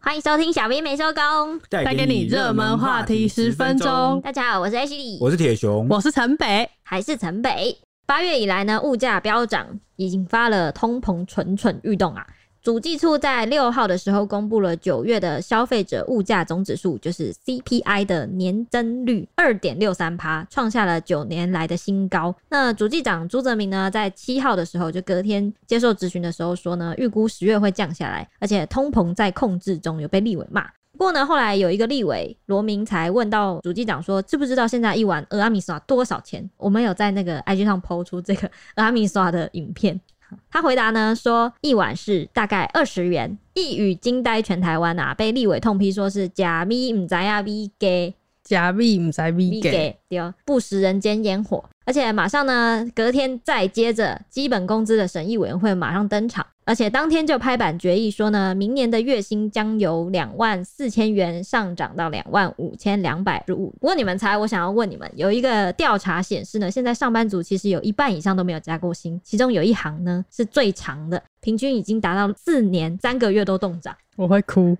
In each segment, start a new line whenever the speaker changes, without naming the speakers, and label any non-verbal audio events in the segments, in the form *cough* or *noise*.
欢迎收听小编没收工。
带
带给你热门话题10分钟。
大家好，我是 H D，
我是铁熊，
我是城北，
还是城北。八月以来呢，物价飙涨，引发了通膨蠢蠢欲动啊。主计处在六号的时候公布了九月的消费者物价总指数，就是 CPI 的年增率二点六三趴，创下了九年来的新高。那主计长朱泽明呢，在七号的时候就隔天接受质询的时候说呢，预估十月会降下来，而且通膨在控制中，有被立委骂。不过呢，后来有一个立委罗明才问到主机长说：“知不知道现在一碗俄阿米索多少钱？”我们有在那个 IG 上抛出这个俄阿米索的影片。 *laughs* 他回答呢说：“一碗是大概二十元。”一语惊呆全台湾啊！被立委痛批说是假咪唔知啊咪给。
假币唔使币
米
给，
给对哦，不食人间烟火。而且马上呢，隔天再接着基本工资的审议委员会马上登场，而且当天就拍板决议说呢，明年的月薪将由两万四千元上涨到两万五千两百五。不过你们猜，我想要问你们，有一个调查显示呢，现在上班族其实有一半以上都没有加过薪，其中有一行呢是最长的，平均已经达到四年三个月都动涨。
我会哭。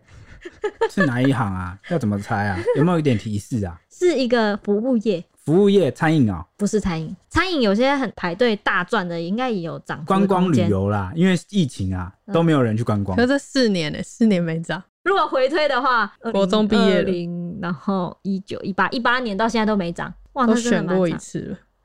是哪一行啊？ *laughs* 要怎么猜啊？有没有一点提示啊？
是一个服务业，
服务业、餐饮啊、
不是餐饮，餐饮有些很排队大赚的，应该也有涨幅的
观光
空
旅
间。
游啦，因为疫情啊，
嗯
都没有人去观光
可。是这四年呢、四年没涨，
如果回推的话，
国中毕业了
零，然后一九一八一八年到现在都没涨，哇，
都
哦那真的
选
蛮
过一
长
次了。
*laughs*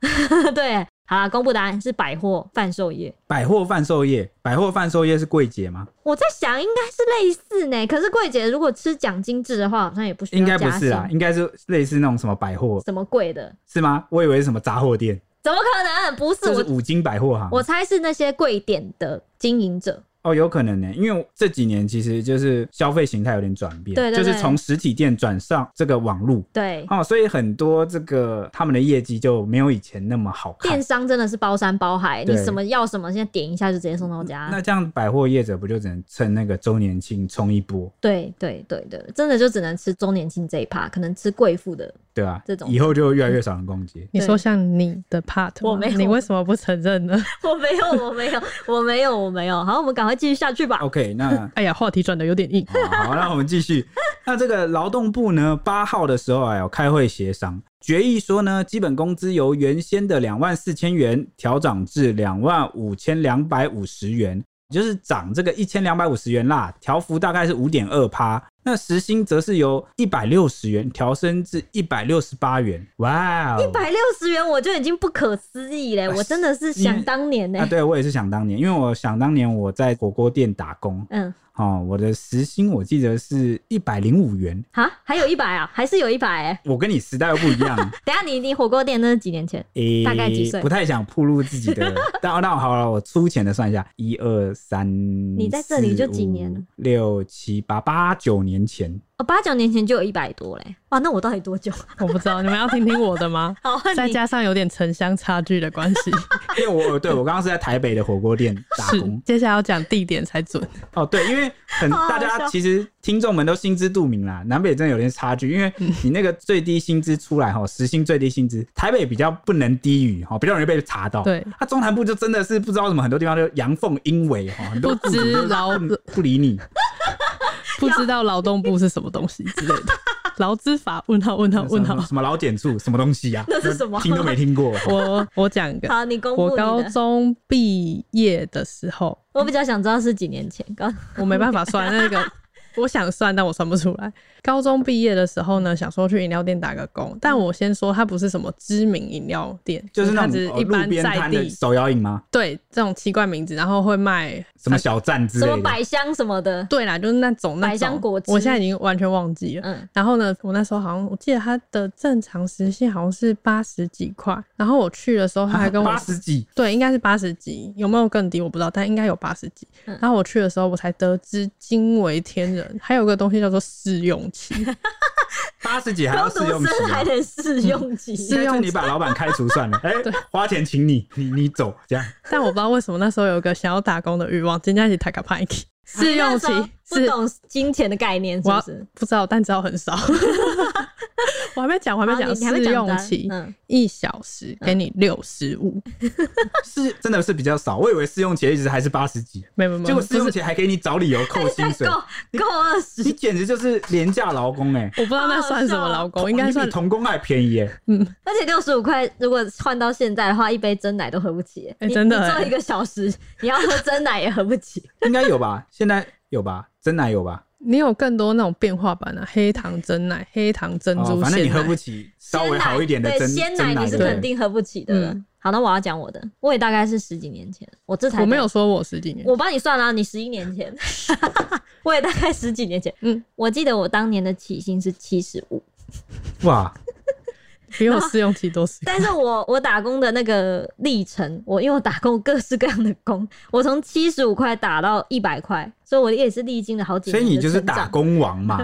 对，好啦，公布答案是百货贩售业。
百货贩售业，百货贩售业是柜姐吗？
我在想应该是类似呢，可是柜姐如果吃奖金制的话，好像也不需
应
要
该
加
不
薪，
是啊啦，应该是类似那种什么百货
什么贵的，
是吗？我以为是什么杂货店，
怎么可能？不是
这是
我，
五啊金百货行。
我猜是那些贵点的经营者。
哦，有可能呢、因为这几年其实就是消费形态有点转变，
对对对
就是从实体店转上这个网络。
对，
哦，所以很多这个他们的业绩就没有以前那么好看
电。商真的是包山包海，你
对
什么要什么，现在点一下就直接送到家。
那这样百货业者不就只能趁那个周年庆冲一波，
对对对对，真的就只能吃周年庆这一趴，可能吃贵妇的。
对吧、
这种
以后就越来越少人逛街。
你说像你的 part，
我
吗
没有
你为什么不承认呢？ *laughs*
我没有，我没有，我没有，我没有。好，我们赶快继续下去吧。
OK，那。
哎呀，话题转的
*laughs*
有点硬
哦好好，那我们继续。 *laughs* 那这个劳动部呢，八号的时候啊，有开会协商，决议说呢，基本工资由原先的两万四千元调涨至两万五千两百五十元，就是涨这个一千两百五十元啦，调幅大概是五点二趴。那时薪则是由一百六十元调升至一百六十八元，哇、哦！
一百六十元我就已经不可思议嘞，
啊
我真的是想当年呢、
啊，对我也是想当年，因为我想当年我在火锅店打工，
嗯，
哦，我的时薪我记得是一百零五元。
哈，还有一百啊，还是有一百哎。
我跟你时代又不一样，
等一下你你火锅店那是几年前？
诶，
大概几岁
不太想暴露自
*laughs*
己的。那那好了，我粗浅的算一下，一二三，你
在这里就几年了？
六七八八九
*laughs*
年前，
哦，八九年前就有一百多嘞。哇，那我到底多久？
我不知道，你们要听听我的吗？
好，换
再
*laughs* 你。
加上有点城乡差距的关
*laughs*
系，
因为我对我刚刚是在台北的火锅店打
是
工。
接下来要讲地点
*laughs*
才准。
哦，对，因为很
好好
大
笑
家其实听众们都心知肚明啦，南北真的有点差距，因为
嗯
你那个最低薪资出来哈，时薪最低薪资，台北比较不能低于哈，比较容易被查到。
对，
那、中南部就真的是不知道为什么，很多地方就阳奉阴违哈，很多
不知劳
不不理你。
不知道劳动部是什么东西之类
*laughs*
的，劳资法问号问号问
什么
号。
什么老检处什么东西呀、啊
那是什么
听都没听过。
我我讲一个，
好，你公布
我
你
高
的。
中毕业的时候，
我比较想知道是几年前。高
我没办法算那
*laughs*
个，我想算，但我算不出来。高中毕业的时候呢，想说去饮料店打个工，但我先说它不是什么知名饮料店，
嗯就是那
它
种
只是
呃
一
路
般
边
在
摊的
地
手摇饮吗？
对这种奇怪名字，然后会卖
什么小站之
什么
类的？
百香什么的，
对啦，就是那种那
百香
种
果汁
我现在已经完全忘记了。
嗯，
然后呢，我那时候好像我记得它的正常时薪好像是八十几块，然后我去的时候
*laughs*
他还跟我
八十几，
对，应该是八十几，有没有更低我不知道，但应该有八十几。
嗯
然后我去的时候，我才得知惊为天人，还有个东西叫做试用
*laughs*
期，
八十几还
高
要
读
试
*laughs*
用期
生
啊嗯
还？得试用期。
试
干
用
脆
期
你把老板开除算了，哎，花钱请你，你你走这样。
但我不知道为什么那时候有个想要打工的欲望，今天一起打卡拍试用期
啊你那时候，不
是
懂金钱的概念是不
我要
是？
不知道，但知道很
*laughs*
少。我还没讲，我还没
好
讲
你你还没
试
讲
用
完
期
嗯
一小时给你六十五，
是真的是比较少，我以为试用期一直还是八十几，
没有没有没
结
有，
果
不
试用
是，
期还给你找理由扣薪水，
够够二十
你简直就是廉价劳工哎、
我不知道那算什
好
么
好笑
老
哦
公，应该
你
算
比童工还便宜耶、
而且六十五块，如果换到现在的话，一杯真奶都喝不起。
哎
你
真的
你做
哎
一个小时，你要喝真奶也喝不起。
应该有吧？现在有吧？真奶有吧？
你有更多那种变化版的、黑糖真奶、黑糖珍
哦
珠
反正
鲜
你
奶，
喝不起 *laughs* 稍微
鲜奶
好一点的
对
真
鲜
真
奶，
奶
你是
对
肯定喝不起的了。
嗯
好，那我要讲我的，我也大概是十几年前，我这才
我没有，说我十几年，
我帮你算了，啊你十一年
*laughs*
前，我也大概十几年前。
嗯，
我记得我当年的起薪是七十五，
哇，
比我试用期多十
但是我我打工的那个历程，我因为我打工各式各样的工，我从七十五块打到一百块，所以我也是历经了好几
所
年
以
的成长。
你就是打工王
*laughs*
嘛？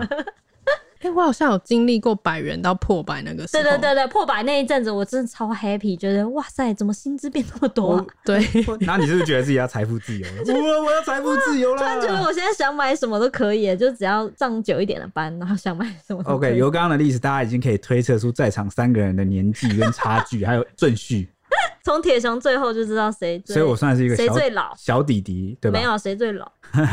哎、我好像有经历过百元到破百那个时
对对
候，
对对，破百那一阵子，我真的超 happy，觉得哇塞，怎么薪资变那么多、啊？
对
然后你是不是觉得自己要财富
*laughs*
自由了？我我要财富自由
突然觉得
了。
我现在想买什么都可以，就只要上久一点的班，然后想买什么都可
OK，
以。
由刚刚的例子，大家已经可以推测出在场三个人的年纪跟差距，还有顺序，
从铁熊最后就知道谁最，
所以我算是一个
谁
小
最老，
小弟弟，对吧？
没有谁最老。
*laughs*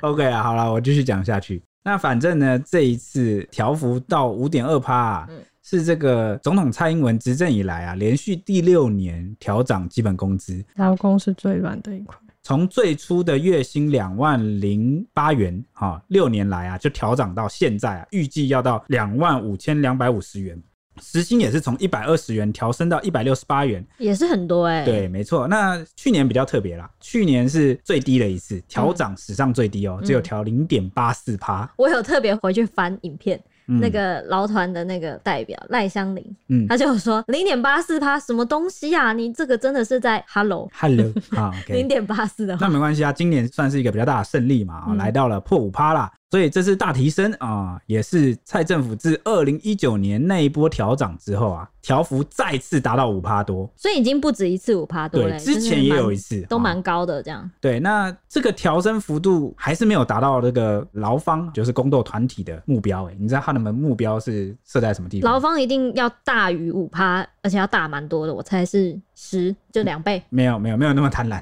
OK 啊，好啦，我继续讲下去。那反正呢，这一次调幅到五点二趴，啊
嗯
是这个总统蔡英文执政以来啊，连续第六年调涨基本工资，
老公是最软的一块，
从最初的月薪两万零八元，哈、六年来啊就调涨到现在啊，预计要到两万五千两百五十元。时薪也是从一百二十元调升到一百六十八元，
也是很多哎、
对，没错。那去年比较特别啦，去年是最低的一次调涨，史上最低哦，只有
嗯
调零点八四趴。
我有特别回去翻影片，
嗯
那个劳团的那个代表赖香林，
嗯
他就说零点八四趴什么东西呀、啊？你这个真的是在 Hello *laughs*
Hello 啊
零
，OK，
点八四的话
*laughs* 那，没关系啊，今年算是一个比较大的胜利嘛，啊、
嗯
来到了破五趴啦，所以这是大提升啊、也是蔡政府自二零一九年那一波调涨之后啊，调幅再次达到五趴多。
所以已经不止一次五趴多了、欸，
对，之
就是
前也
蛮
有一次，
都
啊
蛮高的这样。
对。那这个调升幅度还是没有达到这个劳方，就是宫斗团体的目标、欸。你知道他们目标是设在什么地
劳
方？
方一定要大于五趴，而且要大蛮多的，我猜是十，就两倍。
没有，没有，没有那么贪
*laughs*
婪，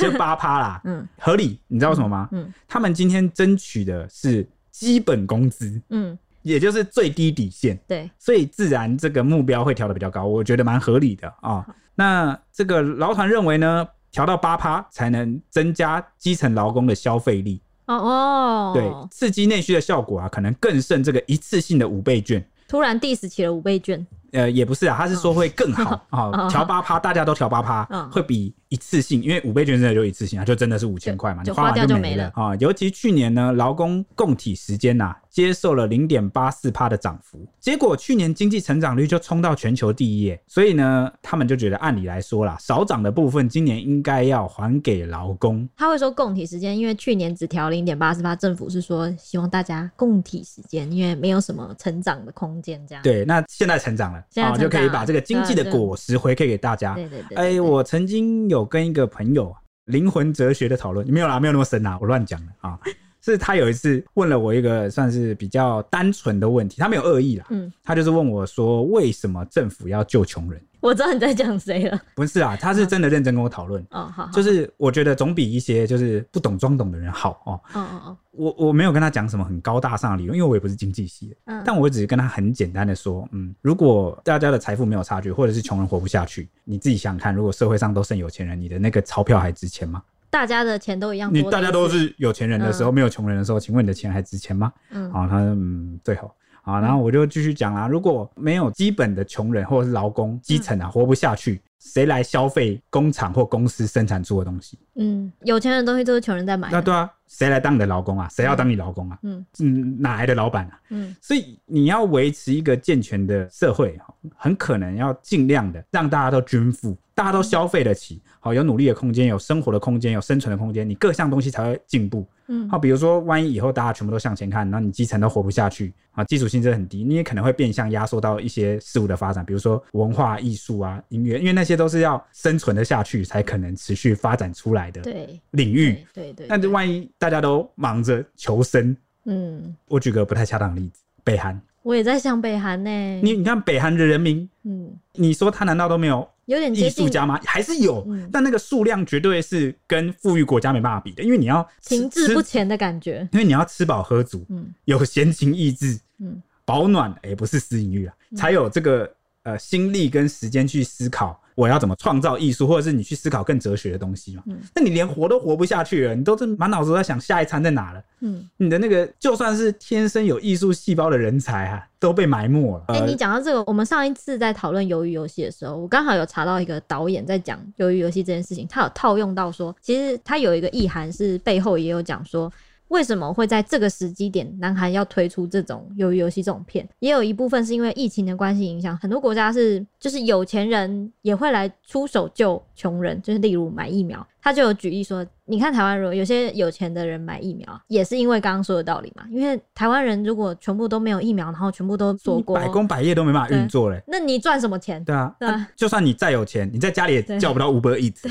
就八趴啦，
嗯
合理。你知道为什么吗？
嗯
他们今天争取的是基本工资，
嗯，
也就是最低底线，
对，
所以自然这个目标会调的比较高，我觉得蛮合理的啊、那这个劳团认为呢，调到八趴才能增加基层劳工的消费力，
哦哦，
对，刺激内需的效果啊，可能更胜这个一次性的五倍券。
突然 diss 起了五倍券，
呃，也不是啊，他是说会更
*laughs*
好啊，
哦
调八趴，大家都调八趴
嗯，
会比一次性，因为五倍券真的就一次性啊，就真的是五千块嘛，你
就
花
花掉
完
就
没
没
了啊。尤其去年呢，劳工供体时间呐、接受了零点八四趴的涨幅，结果去年经济成长率就冲到全球第一耶，所以呢，他们就觉得按理来说啦，少涨的部分今年应该要还给劳工。
他会说供体时间，因为去年只调零点八四八，政府是说希望大家供体时间，因为没有什么成长的空间这样。
对，那现在成长了
现在
啊，
成长
就可以把这个经济的
了对
果实回馈给大家。
对对对，
哎，
对
我曾经有跟一个朋友灵魂哲学的讨论，没有啦，没有那么深啦，我乱讲的啊。是他有一次问了我一个算是比较单纯的问题，他没有恶意啦，
嗯，
他就是问我说，为什么政府要救穷人？
我知道你在讲谁了。
不是啊，他是真的认真跟我讨论，
哦，好，好
就是我觉得总比一些就是不懂装懂的人好哦。
哦哦哦，
我我没有跟他讲什么很高大上的理由，因为我也不是经济系的，
嗯，
但我只是跟他很简单的说，嗯，如果大家的财富没有差距，或者是穷人活不下去，你自己想想看，如果社会上都剩有钱人，你的那个钞票还值钱吗？
大家的钱都一样多
你
的意思，
大家都是有钱人的时候，没有穷人的时候，请问你的钱还值钱吗？
嗯
好，他说嗯，最好。好，然后我就继续讲啦。如果没有基本的穷人或者是劳工基
嗯
层啊活不下去，谁来消费工厂或公司生产出的东西？
嗯，有钱人的东西都是穷人在买的。
那对啊，谁来当你的劳工啊？谁要当你劳工啊？
哎嗯
嗯，哪来的老板啊？
嗯
所以你要维持一个健全的社会，很可能要尽量的让大家都均富，大家都消费得起，好，有努力的空间，有生活的空间，有生存的空间，你各项东西才会进步。
嗯
好，比如说，万一以后大家全部都向前看，那你基层都活不下去啊，基础性质很低，你也可能会变相压缩到一些事物的发展，比如说文化艺术啊、音乐，因为那些都是要生存的下去，才可能持续发展出来的
对
领域。
对对，
那就
对
嗯万一大家都忙着求生，
嗯，
我举个不太恰当的例子，北韩，
我也在想北韩呢，
你你看北韩的人民，
嗯，
你说他难道都没有
有点
艺
接
术
近
家吗？还是有，
嗯
但那个数量绝对是跟富裕国家没办法比的，因为你要吃
情志不
吃
前的感觉，
因为你要吃饱喝足，
嗯
有闲情逸致，
嗯
保暖，哎、不是私隐欲啊，才有这个呃心力跟时间去思考我要怎么创造艺术，或者是你去思考更哲学的东西嘛。
嗯
那你连活都活不下去了，你都是满脑子都在想下一餐在哪了。
嗯。
你的那个就算是天生有艺术细胞的人才啊，都被埋没了。
哎、你讲到这个，我们上一次在讨论《鱿鱼游戏》的时候，我刚好有查到一个导演在讲《鱿鱼游戏》这件事情，他有套用到说，其实他有一个意涵是背后也有讲说，为什么会在这个时机点，南韩要推出这种《鱿鱼游戏》这种片，也有一部分是因为疫情的关系影响，很多国家是就是有钱人也会来出手救穷人，就是例如买疫苗，他就有举例说，你看台湾如果有些有钱的人买疫苗，也是因为刚刚说的道理嘛，因为台湾人如果全部都没有疫苗，然后全部都锁
你
国，
嗯百工百业都没办法运作嘞。
那你赚什么钱？
对啊，
对啊
啊就算你再有钱，你在家里也
对
叫不到 Uber Eats，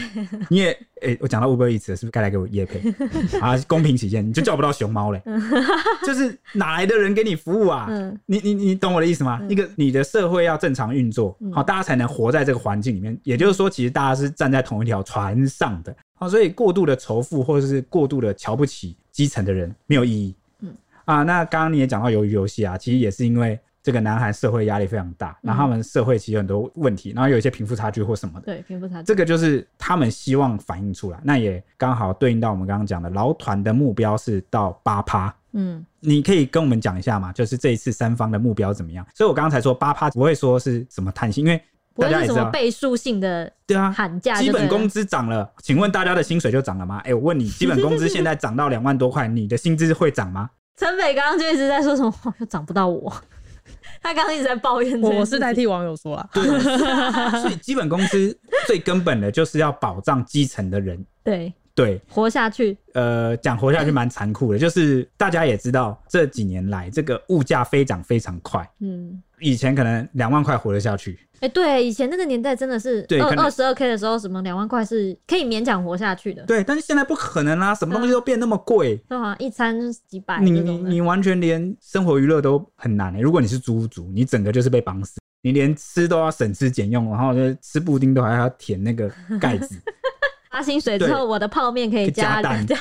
你也诶、我讲到 Uber Eats 了是不是该来给我夜配 *laughs* 啊？公平起见，你就叫不到
*laughs*
熊猫嘞，就是哪来的人给你服务啊？
嗯
你你你懂我的意思吗？一个你的社会要正常运作，好、
嗯
大家才能活在这个环境里面。也就是说，其实大家是站在同一条船上的啊、所以过度的仇富或者是过度的瞧不起基层的人没有意义。
嗯
啊，那刚刚你也讲到鱿鱼游戏啊，其实也是因为这个南韩社会压力非常大，
嗯
然后他们社会其实有很多问题，然后有一些贫富差距或什么的。
对，贫富差距。
这个就是他们希望反映出来，那也刚好对应到我们刚刚讲的劳团的目标是到八趴，
嗯
你可以跟我们讲一下嘛，就是这一次三方的目标怎么样？所以我刚刚才说八趴不会说是什么贪心，因为
不
大
会
家
是
也
什
知
么
道，
倍数性的
对啊，
喊价
基
就对了，
本工资涨了，请问大家的薪水就涨了吗？哎、我
*laughs*
问你，基本工资现在涨到两万多块，你的薪资会
*laughs*
涨吗？
陈北刚刚就一直在说什么 *laughs* 哦又涨不到我， *laughs* 他刚刚一直在抱怨这
我
件
我
事
是代替网友说啦，
对，所以基本工资最根本的就是要保障基层的人，
对
对。
活下去，
呃，讲活下去蛮残酷的，就是大家也知道，这几年来这个物价飞涨非常快，
嗯。
以前可能两万块活得下去，
哎、对，以前那个年代真的是
对可
二
能
二十二 k 的时候，什么两万块是可以勉强活下去的，
对，但是现在不可能啦、什么东西都变那么贵，
对好像一餐几百
你
这
你
种的。
你完全连生活娱乐都很难、欸。如果你是租屋族，你整个就是被绑死，你连吃都要省吃俭用，然后就是吃布丁都还要舔那个
*laughs*
盖子，
发薪水之
对
后，我的泡面可以
可以
加
加蛋
加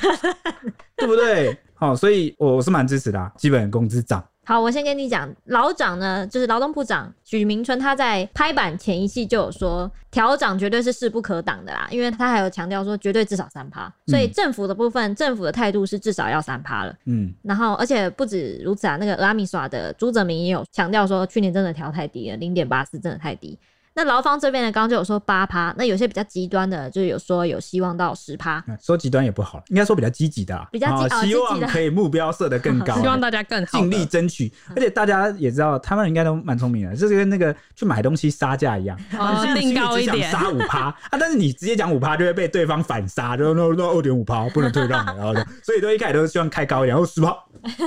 对不对？好、所以我我是蛮支持的、啊，基本工资涨。
好，我先跟你讲，老长呢，就是劳动部长许明春，他在拍板前一期就有说，调涨绝对是势不可挡的啦，因为他还有强调说，绝对至少三趴，所以
嗯
政府的部分，政府的态度是至少要三趴了。
嗯，
然后，而且不止如此啊，那个阿米耍的朱泽明也有强调说，去年真的调太低了，零点八四真的太低。那劳方这边呢，刚刚就有说八趴，那有些比较极端的，就有说有希望到十趴。
嗯说极端也不好，应该说比较积极的、啊，
比较积
哦
哦
希
积极
望
的
可以目标设得更
*laughs*
高、
希望大家更好
尽力
的。
争取，而且大家也知道，他们应该都蛮聪明的，就是跟那个去买东西杀价一样，
哦
你心里
定高
只
一
想
点
杀五
*laughs*
趴啊！但是你直接讲五趴，就会被对方反杀，就那那二点五趴不能退让的，然后就所以都一开始都是希望开高一点，然后十趴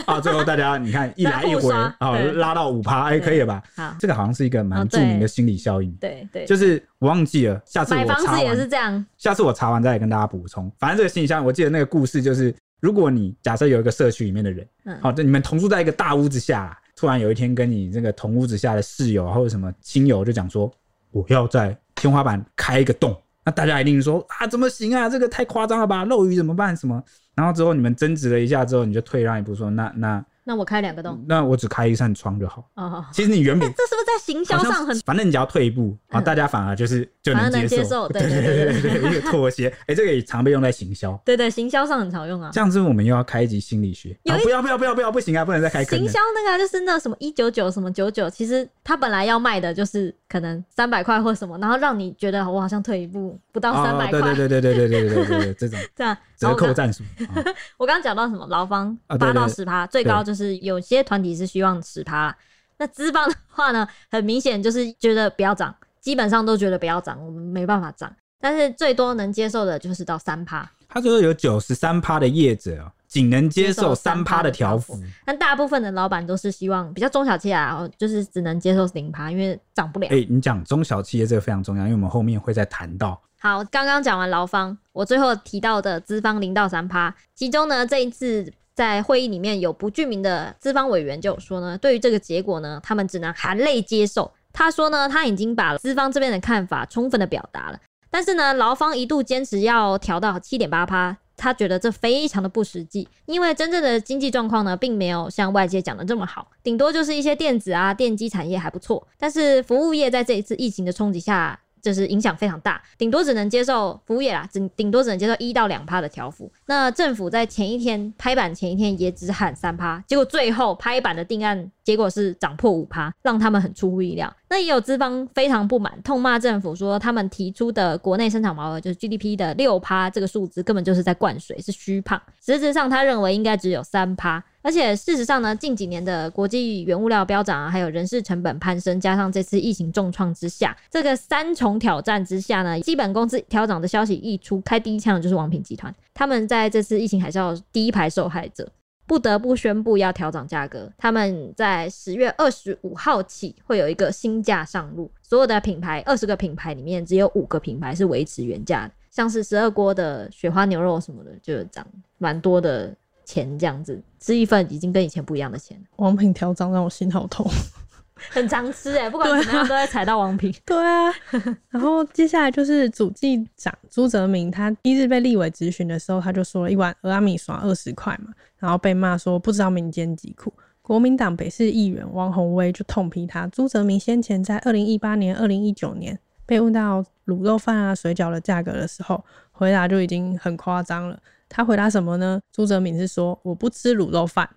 啊，最后大家你看一来一
互
回
刷
啊
对，
拉到五趴，哎，可以了吧？
好，
这个好像是一个
哦
蛮著
对
名的心理效应，
对对，
就是我忘记了，下次
买
我
房
查
子也
完
是这样，
下次我查完再来跟大家补充。反正这个信箱，我记得那个故事就是，如果你假设有一个社区里面的人，
嗯
好、就你们同住在一个大屋子下，突然有一天跟你这个同屋子下的室友啊或者什么亲友就讲说，我要在天花板开一个洞，那大家一定说啊，怎么行啊，这个太夸张了吧，漏雨怎么办？什么？然后之后你们争执了一下之后，你就退让一步说，那那
那我开两个洞
那我只开一扇窗就好。
哦。 *laughs*
其实你原本
这是不是在行销
嗯好像
上很
反正你只要退一步啊，
嗯
大家反而就是就
反而能
接
接受对对对
对对，一个妥协。哎，这个也常被用在行销。
对对，行销上很常用啊。
这样子我们又要开一集心理学，
有
啊
一
不要不要不要不要，不行啊，不能再开坑
行
了
销。那个啊就是那什么一九九什么九九，其实他本来要卖的就是可能三百块或什么，然后让你觉得我好像退一步不到三百
哦对
块，
对对对对对对对对对，这种
这样。然
折
后我
扣
刚
战术。啊
我刚刚讲到什么劳方
啊对
八
对
到
对
十趴，最高就是有些团体是希望十趴啦，那资方的话呢，很明显就是觉得不要涨，基本上都觉得不要涨，我们没办法涨。但是最多能接受的就是到三趴，
他说有九十三趴的业者哦仅能接受
接受
三趴的调幅，
但大部分的老板都是希望比较中小企业啊，就是只能接受零趴，因为涨不了。
哎、你讲中小企业这个非常重要，因为我们后面会再谈到。
好，刚刚讲完劳方，我最后提到的资方零到三趴，其中呢这一次在会议里面有不具名的资方委员就有说呢，对于这个结果呢，他们只能含泪接受。他说呢，他已经把资方这边的看法充分的表达了，但是呢，劳方一度坚持要调到七点八趴。他觉得这非常的不实际，因为真正的经济状况呢，并没有像外界讲的这么好，顶多就是一些电子啊、电机产业还不错，但是服务业在这一次疫情的冲击下，就是影响非常大，顶多只能接受服务业啦，顶顶多只能接受一到两趴的调幅。那政府在前一天拍板前一天也只喊三趴，结果最后拍板的定案结果是涨破五趴，让他们很出乎意料。那也有资方非常不满，痛骂政府说他们提出的国内生产毛额就是 GDP 的六趴这个数字根本就是在灌水，是虚胖。实质上，他认为应该只有三趴。而且事实上呢，近几年的国际原物料飙涨啊，还有人事成本攀升，加上这次疫情重创之下，这个三重挑战之下呢，基本工资调整的消息一出，开第一枪的就是王品集团，他们在这次疫情海啸第一排受害者。不得不宣布要调涨价格。他们在十月二十五号起会有一个新价上路，所有的品牌二十个品牌里面只有五个品牌是维持原价的，像是十二锅的雪花牛肉什么的就涨蛮多的钱这样子，吃一份已经跟以前不一样的钱了，
王品调涨让我心好痛。
很常吃哎、不管
啊
怎么样都在踩到王
*laughs*
品。
对啊，然后接下来就是主计长朱泽明，他一日被立委质询的时候，他就说了一碗俄阿米耍二十块嘛，然后被骂说不知道民间疾苦。国民党北市议员汪宏威就痛批他，朱泽明先前在二零一八年、二零一九年被问到卤肉饭啊、水饺的价格的时候，回答就已经很夸张了。他回答什么呢？朱泽明是说我不吃卤肉饭，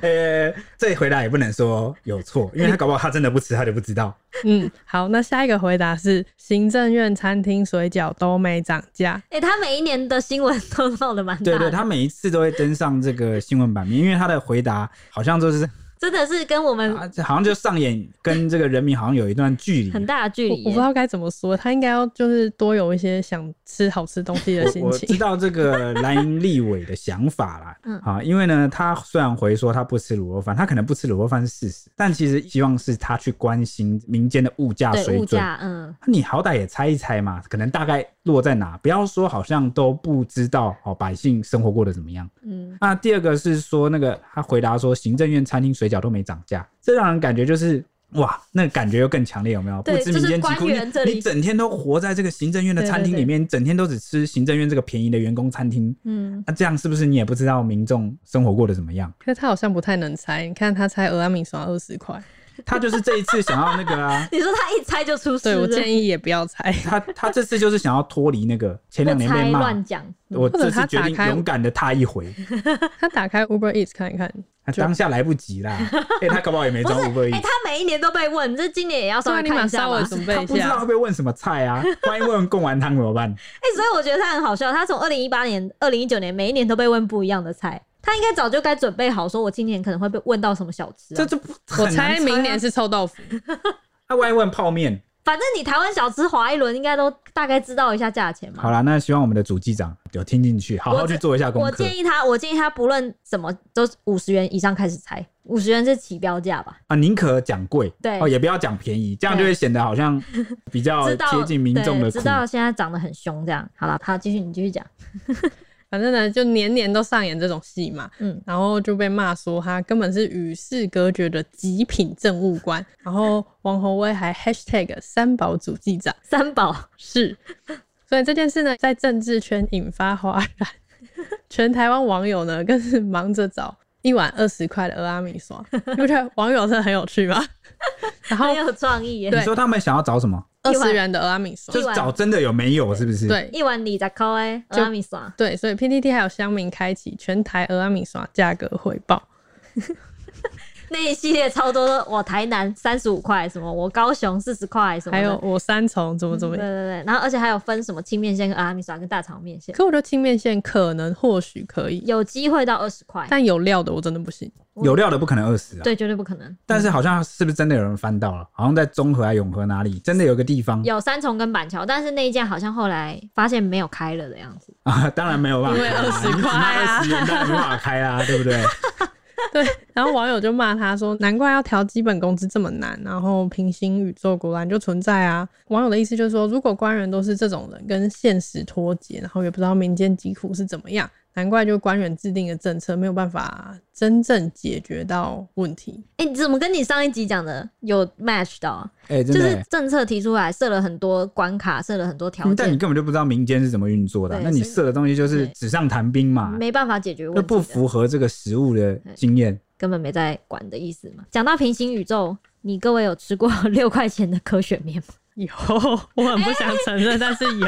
呃，这回答也不能说有错，因为他搞不好他真的不吃，他就不知道。
嗯，好，那下一个回答是行政院餐厅水饺都没涨价。
哎、他每一年的新闻都闹得蛮大
对
的，
对，他每一次都会登上这个新闻版面，因为他的回答好像就是 *laughs*
真的是跟我们
啊，好像就上演跟这个人民好像有一段距离。
很大的距
我
离
我不知
耶。
道该怎么说，他应该要就是多有一些想吃好吃东西的心
我知
情。 *laughs*
道这个蓝营立委的想法啦，
*laughs* 嗯
啊，因为呢，他虽然回说他不吃卤肉饭，他可能不吃卤肉饭是事实，但其实希望是他去关心民间的物价
欸对
水
物
准。
价，嗯，
你好歹也猜一猜嘛，可能大概落在哪，不要说好像都不知道哦，百姓生活过得怎么样。
嗯，
那第二个是说那个他回答说，行政院餐厅水饺都没涨价，这让人感觉就是。哇，那个感觉又更强烈，有没有？不
对
知民间
就
疾
是
苦，
官员这
你
里
你整天都活在这个行政院的餐厅里面，你整天都只吃行政院这个便宜的员工餐厅，
*laughs*
嗯，，
那、这样是不是你也不知道民众生活过得怎么样？
可是他好像不太能猜，你看他猜俄阿米刷二十块，
他就是这一次想要那个啊
你说他一猜就出事
对
了，
我建议也不要猜，
他他这次就是想要脱离那个前两
不
年
猜
被骂
乱，讲，嗯
我
或者
这次
他
决
打
定
开
勇敢的踏一回，
他打开 Uber Eats 看一看，
他当下来不
*laughs*
及啦，哎、他搞不好也没
不是
找五个亿
哎、。他每一年都被问，这今年也要稍
所
微
以啊你
看
马
一下
稍
吧。
微
哎、
准备
他
一
不知道
下
会。被问什么菜啊？万一问贡丸汤怎么办？
哎所以我觉得他很好笑。他从二零一八年、二零一九年每一年都被问不一样的菜，他应该早就该准备好，说我今年可能会被问到什么小吃、
这
啊。
就不
我
很难
猜明
啊
年是臭豆腐，
他万一问泡面。
反正你台湾小吃划一轮，应该都大概知道一下价钱嘛。
好啦，那希望我们的主机长有听进去，好好去做一下功
我
课。
建议他，我建议他不论什么，都五十元以上开始猜，五十元是起标价吧？
啊，宁可讲贵，
对
哦，也不要讲便宜，这样就会显得好像比较
知道
贴哦近民众的
对
苦
知。道现在涨得很凶，这样好了，好，继续你继续讲，
反正呢就年年都上演这种戏嘛，
嗯，
然后就被骂说他根本是与世隔绝的极品政务官，然后王宏威还 hashtag 三宝主记长。
三宝
是，所以这件事呢，在政治圈引发哗然，全台湾网友呢更是忙着找一碗二十块的俄阿米刷，你不觉得网友真的很有趣吗？然后
很有创意耶，
你
对
说他们想要找什么？
二
哎一碗
十元的俄阿米刷
就，是找真的有没有，是不是？，
对
一碗里在扣哎，
就
阿米爽。
对，所以 PTT 还有乡民开启全台俄阿米刷价格回报，
那一系列超多的，我台南三十五块，什么我高雄四十块，什么的嗯
还有我三重怎么怎么
对对
样。
对，然后而且还有分什么青面线跟阿米莎跟大肠面线，
可我觉得清面线可能或许可以，
有机会到二十块，
但有料的我真的不行。
有料的不可能饿死啊。
对，绝对不可能。
但是好像是不是真的有人翻到了？好像在中和还永和哪里，真的有个地方
有三重跟板桥，但是那一间好像后来发现没有开了的样子。
啊，当然没有办法
因为
开啦，
20
你只卖二十元
块啊
当然没办法开啦，对不对？
对，然后网友就骂他说：“难怪要调基本工资这么难，然后平行宇宙果然就存在啊。”网友的意思就是说，如果官员都是这种人，跟现实脱节，然后也不知道民间疾苦是怎么样，难怪就官员制定的政策没有办法真正解决到问题。
哎、你怎么跟你上一集讲的有 match 到啊？
哎、
就
真的、
是
欸。嗯
政策提出来，设了很多关卡，设了很多条
但你
件，
根本就不知道民间是怎么运作的啊、
对
那你
所以
设的东西就是
对
纸上谈兵嘛，
没办法解决问
就
题，
不符合这个食物的经验。
根本没在管的意思嘛。讲到平行宇宙，你各位有吃过 *laughs* 六块钱的科学面吗？
有，我很不想承认，但是
*laughs*
有。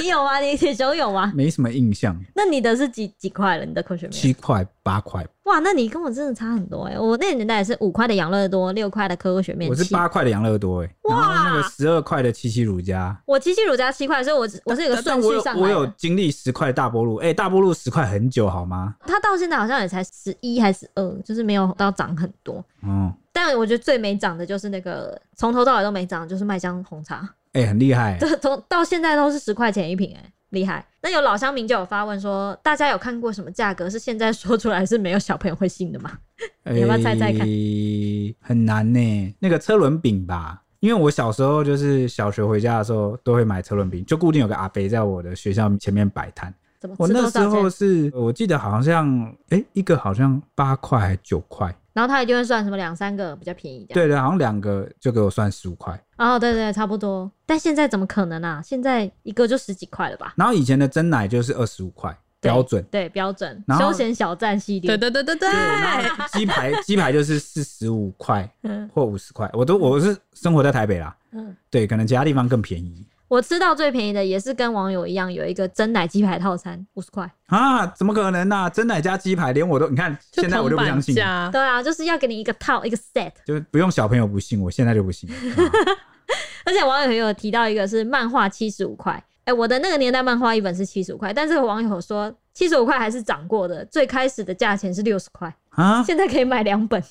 你有吗？你铁球有吗？
没什么印象，
那你的是几几块了？你的科学面？
七块八块，
哇，那你跟我真的差很多哎、我那个年代也是五块的养乐多，六块的科学面，
我是
七
八块的养乐多、欸，然后那个十二块的七七乳加，
我七七乳加七块，所以我是我是有个
但
顺
我
序
有
上来的
我有经历十块大波路，哎、大波路十块很久好吗？
它到现在好像也才十一还是二，就是没有到涨很多。
嗯，
但我觉得最没涨的就是那个从头到尾都没涨，就是麦香红茶，
哎、很厉害、
这从到现在都是十块钱一瓶、哎，厉害。那有老乡民就有发问说，大家有看过什么价格是现在说出来是没有小朋友会信的吗？你要不要猜猜看
诶哎很难呢、那个车轮饼吧，因为我小时候就是小学回家的时候都会买车轮饼，就固定有个阿伯在我的学校前面摆摊。
怎么
我
哦吃多
那时
少
候
钱？
是呃我记得好像哎、一个好像八块还九块，
然后他一定会算什么两三个比较便宜这样。
对对，好像两个就给我算十五块。
哦，对对，差不多。但现在怎么可能啊？现在一个就十几块了吧？
然后以前的真奶就是二十五块
对 *laughs*
标准，
对，标准
然后
休闲小站系列。
对对对对对，
然后鸡排鸡排就是四十五块
嗯
或五十块，我都我是生活在台北啦，
嗯。
对，可能其他地方更便宜
我吃到最便宜的也是跟网友一样，有一个真奶鸡排套餐，五十块。
啊？怎么可能呢、啊？真奶加鸡排，连我都你看，
就
现在我就不相信
铜板，价
对啊，就是要给你一个套一个 set。
就是不用小朋友不信，我现在就不信。啊
而且网友有提到一个是漫画七十五块，哎、我的那个年代漫画一本是七十五块，但是网友说七十五块还是涨过的，最开始的价钱是六十块，
啊！ *laughs*
现在可以买两本，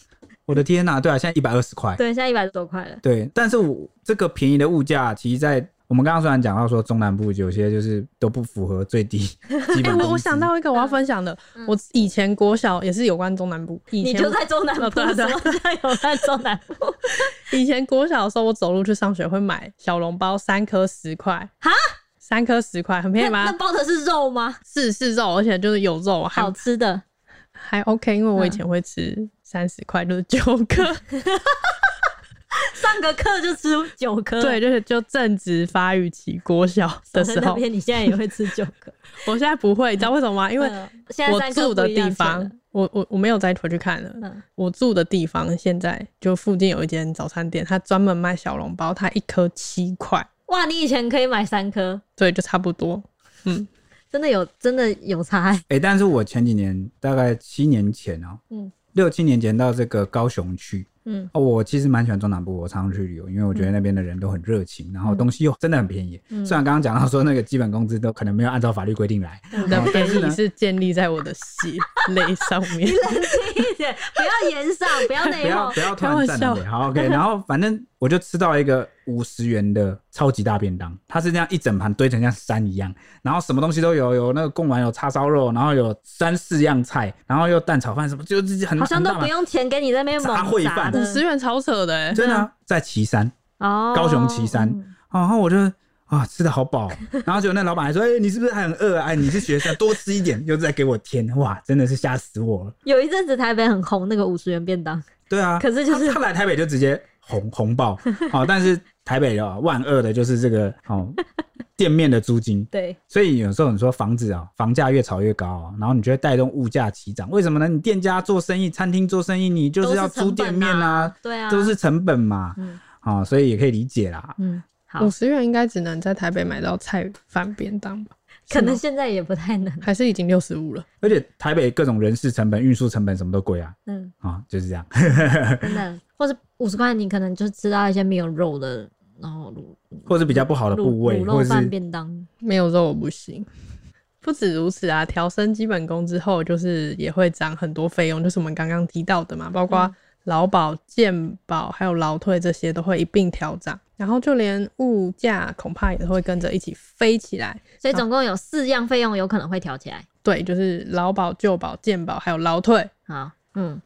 我的天呐、对啊，现在一百二十块，
对，现在一百多块了。
对，但是我这个便宜的物价，其实在我们刚刚虽然讲到说中南部有些就是都不符合最
*laughs*
低基
哎、
本工资、
我我想到一个
嗯
我要分享的，我以前国小也是有关中南部，以
你
前
就在中南
哦
部，
对啊对
什
啊
么叫有在中南
*laughs*
部？
以前国小的时候，我走路去上学会买小笼包，三颗十块，
哈，
三颗十块，很
那
便宜
那
吧？
包的是肉吗？
是是肉，而且就是有肉，还
好嗯吃的，
还 OK，因为我以前会吃三十块，就是九颗，
上个课就吃九颗，
对，，就是就正值发育期，国小的时
那
候，
边你嗯现在也会吃九颗，
我现在不会，你知道为什么 *laughs* 吗？因为
嗯现在
我
三颗
住的
不一样钱
地方
了，
我我我没有再回去看了。
嗯
我住的地方现在就附近有一间早餐店，它专门卖小笼包，它一颗七块，
哇，你以前可以买三颗，
对，就差不多。
真的有真的有
*laughs*
差、欸。
哎、但是我前几年大概七年前哦、
嗯
六七年前到这个高雄去，
嗯
哦，我其实蛮喜欢中南部，我常常去旅游，因为我觉得那边的人都很热情，然后东西又真的很便宜。
嗯
虽然刚刚讲到说那个基本工资都可能没有按照法律规定来，
你的
哦但
便
是
宜
呢
是建立在我的血泪上面。
*laughs*
一点，不要言上，不要
不
内
要
讧
不。要突然站那里，好 OK。然后反正我就吃到一个五十元的超级大便当，它是这样一整盘堆成像山一样，然后什么东西都有，有那个贡丸，有叉烧肉，然后有三四样菜，然后又蛋炒饭什么，就是很
好像都
很大
不
碗
用钱给你在那边
杂
猛
烩
砸
饭
的
五十元超扯的、欸，
真的啊、在岐山。
哦，
高雄旗山哦
嗯
然后我就啊吃的好饱，然后结果那老板还说：“哎、你是不是还很饿啊？哎，你是学生，多吃一点。”又在给我添，哇，真的是吓死我了。
有一阵子台北很红那个五十元便当，
对啊，
可是就是
他他来台北就直接红红爆，好、但是台北的万恶的就是这个哦，店面的租金。
对，
所以有时候你说房子啊、房价越炒越高、啊，然后你就会带动物价齐涨。为什么呢？你店家做生意、餐厅做生意，你就
都
是
是
要租
成
店
本
面啊
啊，，对啊，
都是成本嘛。
嗯
啊、所以也可以理解啦。
嗯好
五，十元应该只能在台北买到菜饭便当吧？
可能现在也不太能。
还是已经六十五了。
而且台北各种人事成本、运输成本什么都贵啊，
嗯，
啊、就是这样。
真的，或是五十块，你可能就吃到一些没有肉的，然后卤
或者比较不好的
卤
呃部位，
卤
或
肉
者
饭
是
便当。
没有肉我不行。不止如此啊，调升基本工之后，就是也会涨很多费用，就是我们刚刚提到的嘛，包括
嗯
劳保、健保还有劳退这些都会一并调涨，然后就连物价恐怕也会跟着一起飞起来。
所
啊
以总共有四样费用有可能会调起来。
对，就是劳保、旧保、健保还有劳退，
好，嗯，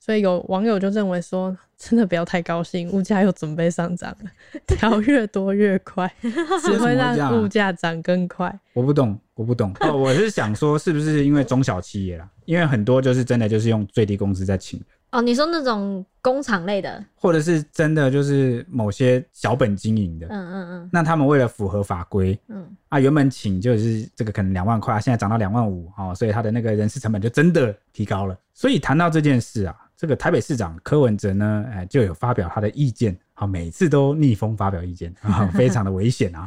所以有网友就认为说，真的不要太高兴，物价又准备上涨了，
*laughs*
调越多越快，只
为什么
会
会这样啊
让物价涨更快。
我不懂，我不懂。哦，我是想说，是不是因为中小企业啦？因为很多就是真的就是用最低工资在请人，
哦，你说那种工厂类的，
或者是真的就是某些小本经营的，
嗯嗯
那他们为了符合法规
嗯嗯，
啊，原本请就是这个可能两万块，啊现在涨到两万五哦，所以他的那个人事成本就真的提高了。所以谈到这件事啊，这个台北市长柯文哲呢，哎，就有发表他的意见。好，每次都逆风发表意见啊、非常的危险啊！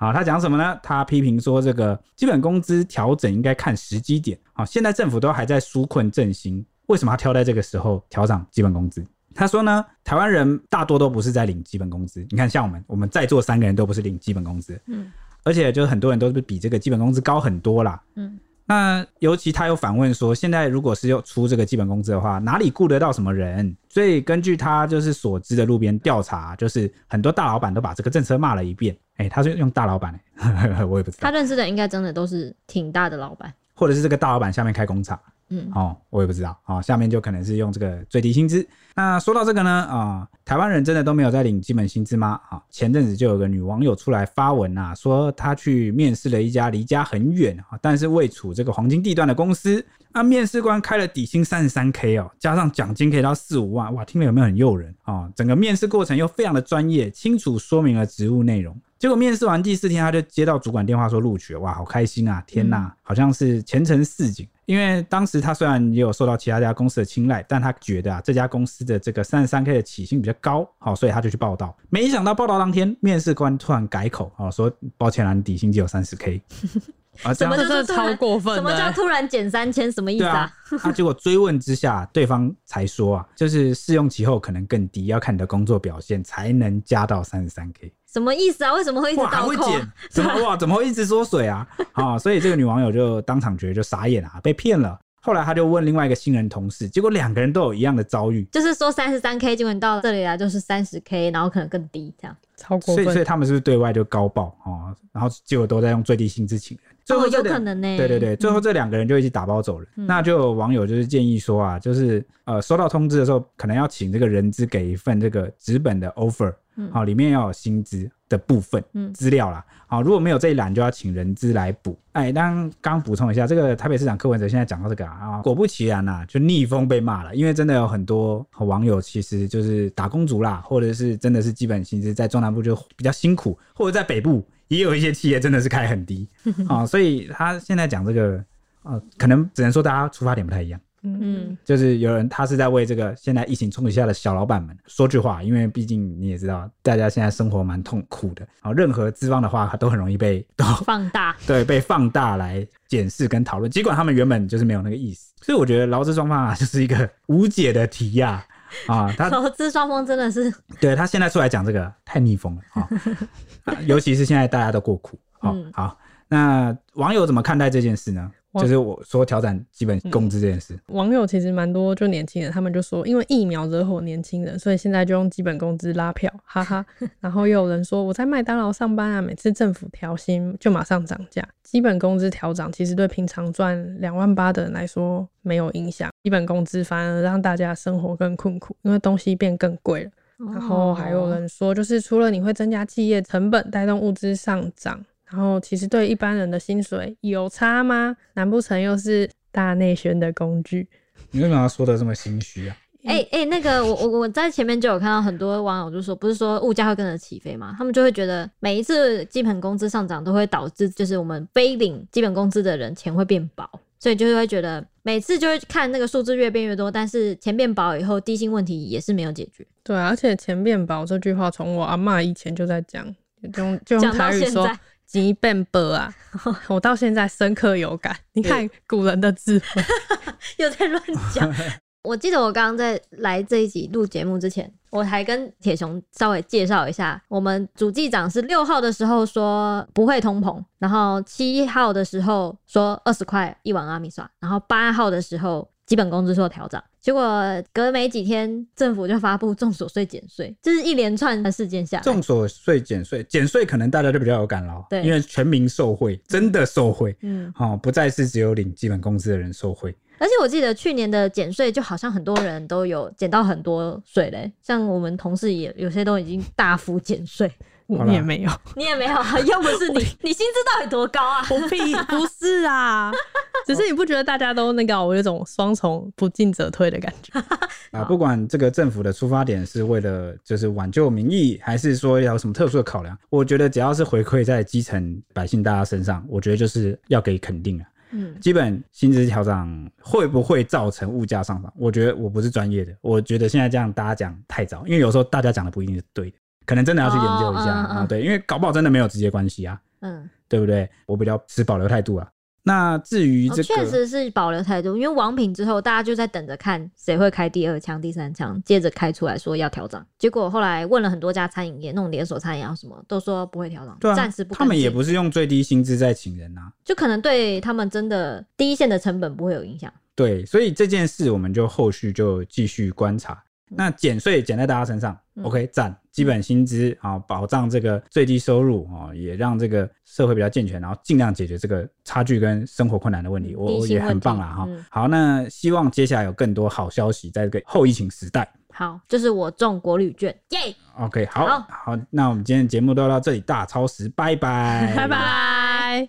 啊，他讲什么呢？他批评说，这个基本工资调整应该看时机点啊。现在政府都还在纾困振兴，为什么要挑在这个时候调涨基本工资？他说呢，台湾人大多都不是在领基本工资。你看，像我们，我们在座三个人都不是领基本工资，
嗯，
而且就是很多人都是比这个基本工资高很多啦，
嗯。
那尤其他又反问说，现在如果是要出这个基本工资的话，哪里雇得到什么人？所以根据他就是所知的路边调查，就是很多大老板都把这个政策骂了一遍。哎、他是用大老板、 *laughs* 欸，我也不知道
他，认识的应该真的都是挺大的老板。
或者是这个大老板下面开工厂。
嗯，
哦，我也不知道哦，下面就可能是用这个最低薪资。那说到这个呢，啊、台湾人真的都没有在领基本薪资吗？啊、前阵子就有个女网友出来发文啊，说她去面试了一家离家很远啊，但是位处这个黄金地段的公司，那面试官开了底薪三十三 K 哦，加上奖金可以到四五万，哇，听了有没有很诱人啊、哦？整个面试过程又非常的专业，清楚说明了职务内容。结果面试完第四天，他就接到主管电话说录取了，哇，好开心啊！天呐，
嗯
好像是前程似锦。因为当时他虽然也有受到其他家公司的青睐，但他觉得啊，这家公司的这个三十三 K 的起薪比较高，好、所以他就去报道。没想到报道当天，面试官突然改口，哦，说抱歉啦，你底薪只有三
*laughs*
十 K。啊，
什
这样
么
这
叫
真的
做突然
超过分
什
的、
么叫
欸。
突然减三千？什么意思
对
啊
啊？，他结果追问之下，对方才说啊，就是试用期后可能更低，要看你的工作表现才能加到三十三 K。
什么意思啊？为什么会一直
哇，还
倒
会
扣啊？
减？怎么哇？怎么会一直缩水
*laughs*
啊？啊、所以这个女网友就当场觉得就傻眼啊，被骗了。后来她就问另外一个新人同事，结果两个人都有一样的遭遇，
就是说三十三 K，结果你到这里来就是三十 K，然后可能更低这样。
超过
所以所
分
以，他们是不是对外就高报哦？然后结果都在用最低薪资请人，最后
哦，
这
有
两
可能呢、
对对对，最后这两个人就一起打包走人。
嗯
那就有网友就是建议说啊，就是呃收到通知的时候，可能要请这个人资给一份这个纸本的 offer，
嗯
好、里面要有薪资的部分
嗯
资料啦。好、如果没有这一栏，就要请人资来补。哎，当然刚补充一下，这个台北市长柯文哲现在讲到这个啊，啊果不其然呐、就逆风被骂了，因为真的有很多呃网友其实就是打工族啦，或者是真的是基本薪资在中南部就比较辛苦，或者在北部也有一些企业真的是开很低。啊、所以他现在讲这个，呃，可能只能说大家出发点不太一样。
嗯，
就是有人他是在为这个现在疫情冲击下的小老板们说句话，因为毕竟你也知道，大家现在生活蛮痛苦的，啊、任何资方的话，他都很容易被都
放大。
对被放大来检视跟讨论，尽管他们原本就是没有那个意思。所以我觉得劳资双方啊，就是一个无解的题呀、啊。他
投资双方真的是，
对他现在出来讲这个太逆风了
*laughs*
啊、啊尤其是现在大家都过苦啊、
嗯
好，那网友怎么看待这件事呢？
网
就是我说调整基本工资这件
嗯
事，
网友其实蛮多，就年轻人，他们就说，因为疫苗惹火年轻人，所以现在就用基本工资拉票，哈哈。然后又有人说，我在麦当劳上班啊，每次政府调薪就马上涨价，基本工资调涨其实对平常赚两万八的人来说没有影响，基本工资反而让大家生活更困苦，因为东西变更贵了。然后还有人说，就是除了你会增加企业成本，带动物资上涨，然后其实对一般人的薪水有差吗？难不成又是大内宣的工具？
你为什么要说的这么心虚啊？
哎哎、那个我我我在前面就有看到很多网友就说，不是说物价会跟着起飞嘛，他们就会觉得每一次基本工资上涨都会导致，就是我们非领基本工资的人钱会变薄，所以就是会觉得每次就会看那个数字越变越多，但是钱变薄以后，低薪问题也是没有解决，
对啊，而且钱变薄这句话，从我阿嬷以前就在讲，就用就用
讲到
台语
现
说
在，哦
鸡变薄
*laughs*
啊！我到现在深刻有感。你看古人的智 *laughs* 慧，
*laughs* 又在乱讲。我记得我刚刚在来这一集录节目之前，我还跟铁熊稍微介绍一下，我们主计长是六号的时候说不会通膨，然后七号的时候说二十块一碗阿米刷，然后八号的时候基本工资说调涨，结果隔没几天政府就发布重所税减税，这是一连串的事件下来，
众所税减税，减税可能大家就比较有感了，哦
对
因为全民受惠，真的受惠，
嗯，
哦，不再是只有领基本工资的人受惠。
而且我记得去年的减税，就好像很多人都有减到很多税嘞、像我们同事也有些都已经大幅减税。
好
我
啦
也没有。
你也没有 *laughs* 啊，又不是你，你薪资到底多高啊？
不必，不是啊， *laughs* 只是你不觉得大家都那个，哦我有种双重不进则退的感觉。
啊，不管这个政府的出发点是为了就是挽救民意，还是说要有什么特殊的考量，我觉得只要是回馈在基层百姓大家身上，我觉得就是要给肯定啊。
嗯，
基本薪资调整会不会造成物价上涨？我觉得我不是专业的，我觉得现在这样大家讲太早，因为有时候大家讲的不一定是对的，可能真的要去研究一下
哦嗯嗯
啊、
嗯
对，因为搞不好真的没有直接关系啊，
嗯，
对不对？我比较持保留态度啊。那至于
哦
这
确、
个，
实是保留态度，因为王品之后，大家就在等着看谁会开第二枪、第三枪，接着开出来说要调涨。结果后来问了很多家餐饮业，那种连锁餐饮啊什么，都说不会调涨，
对啊
暂、时，不更新。
他们也不是用最低薪资在请人啊，
就可能对他们真的第一线的成本不会有影响。
对，所以这件事我们就后续就继续观察。那减税减在大家身上、
嗯
o k 赞，基本薪资啊、保障这个最低收入啊、也让这个社会比较健全，然后尽量解决这个差距跟生活困难的问题，
嗯
我
低
我
薪
也
问
很
题
棒啦哈、
嗯
好，那希望接下来有更多好消息，在这个后疫情时代
好，就是我中国旅券，耶、
，OK，好
好
好，那我们今天的节目都到这里，大超时，拜
*laughs*
拜，
拜拜。